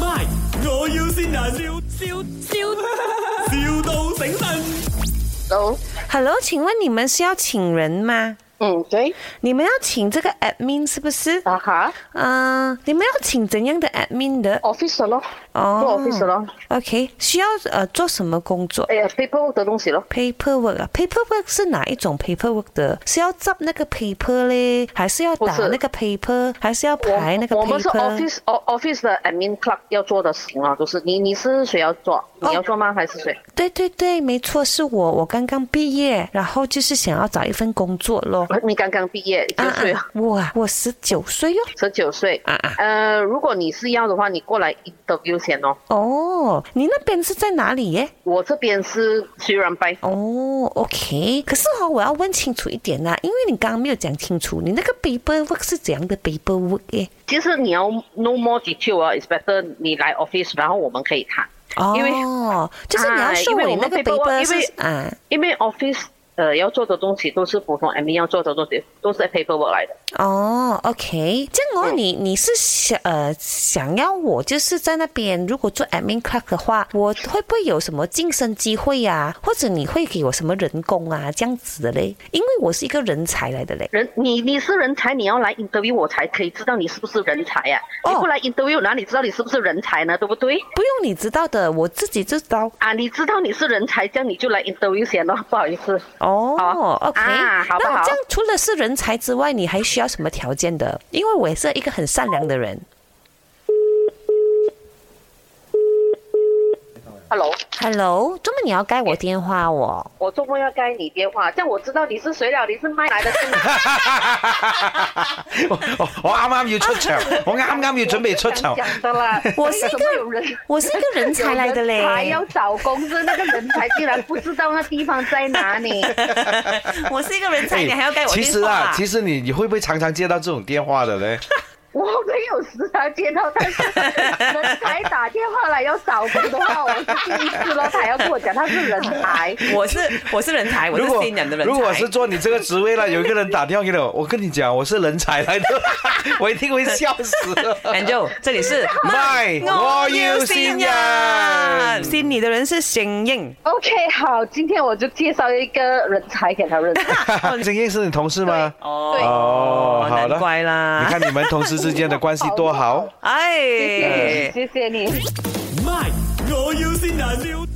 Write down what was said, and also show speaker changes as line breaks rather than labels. My，我要先人，笑笑笑，,笑到醒神。
哦，
Hello，请问你们是要请人吗？
嗯，对，
你们要请这个 admin 是不是？
啊哈
嗯、你们要请怎样的 admin 的？
，office 咯，
哦
做 office 咯，
OK，需要呃做什么工作
哎呀，paper 的东西咯，
？Paperwork 啊，paperwork 是哪一种 paperwork 的？是要 zap 那个 paper 嘞，还是要打
不是
那个 paper，还是要排那个
我我们是
paper？
office o- office 的 admin clerk 要做的事情啊，就是你你是谁要做？
哦
你要做吗？还是谁？
对对对，没错，是我，我刚刚毕业，然后就是想要找一份工作咯。
你刚刚毕业
啊
哎几岁啊
哦啊？，我啊，我十九岁哟、
十九岁
啊啊。
呃，如果你是要的话，你过来 interview 先哦。
哦，你那边是在哪里耶？
我这边是虽然拜，
哦，OK。可是哈、哦，我要问清楚一点啦、因为你刚刚没有讲清楚，你那个 paperwork 是怎样的 paperwork 耶？
其实你要 no more detail 啊，is better 你来 office，然后我们可以谈。
哦，
因为
就是你要
啊
送
因为
你
我
那
们
个
paperwork-
paper
因为
是啊，
因为 office 呃要做的东西都是普通 admin 要做的东西，都是 paperwork 来的。
哦，OK。这
嗯
样哦，你你是想呃想要我就是在那边，如果做 admin clerk 的话，我会不会有什么晋升机会呀、或者你会给我什么人工啊这样子的嘞？因为我是一个人才来的嘞。
人，你你是人才，你要来 interview 我才可以知道你是不是人才呀、
哦
你不来 interview 哪里知道你是不是人才呢？对不对？
不用你知道的，我自己就知道。
啊，你知道你是人才，这样你就来 interview 先咯，不好意思。
哦
好
，OK，
啊好不
那
好
这样除了是人才之外，你还需要什么条件的？因为我也是一个很善良的人。
Hello，
Hello，怎么你要盖我电话我？
我周末要该你电话，这样我知道你是谁了，你是麦来的是吗？
我我我啱啱要出 場，我啱啱要準備出場。
讲的啦，
我是
为
一
什
个
么有人。
我是一个人才 来的嘞。
还要找工作，那个人才竟然不知道那地方在哪 里。
我是一个人才，
哎
你还要盖我
其
电话？
實啊，其實你你會不會常常接到這種電 話的呢？
哎
我没有时常接到，但是人才打电话来要找工的话，我是第一次咯。他还要跟我讲他是人 才，
我是我是人才，我
如果
是新人的人才。
如果是做你這個職位了，有一個人打電話給我，我跟你講，我是人才來的， 我一定會笑死。
Angel，这里 是
My，我要新人
新啊你的人是新应。
OK，好，今天我就介绍一个人才给他认 识。
曾英是你同事嗎？
对
哦，好
难
了，
怪啦。
你看你們同事之間的關 係多好。
哎，
谢谢你，谢谢你。
My，我要先人，笑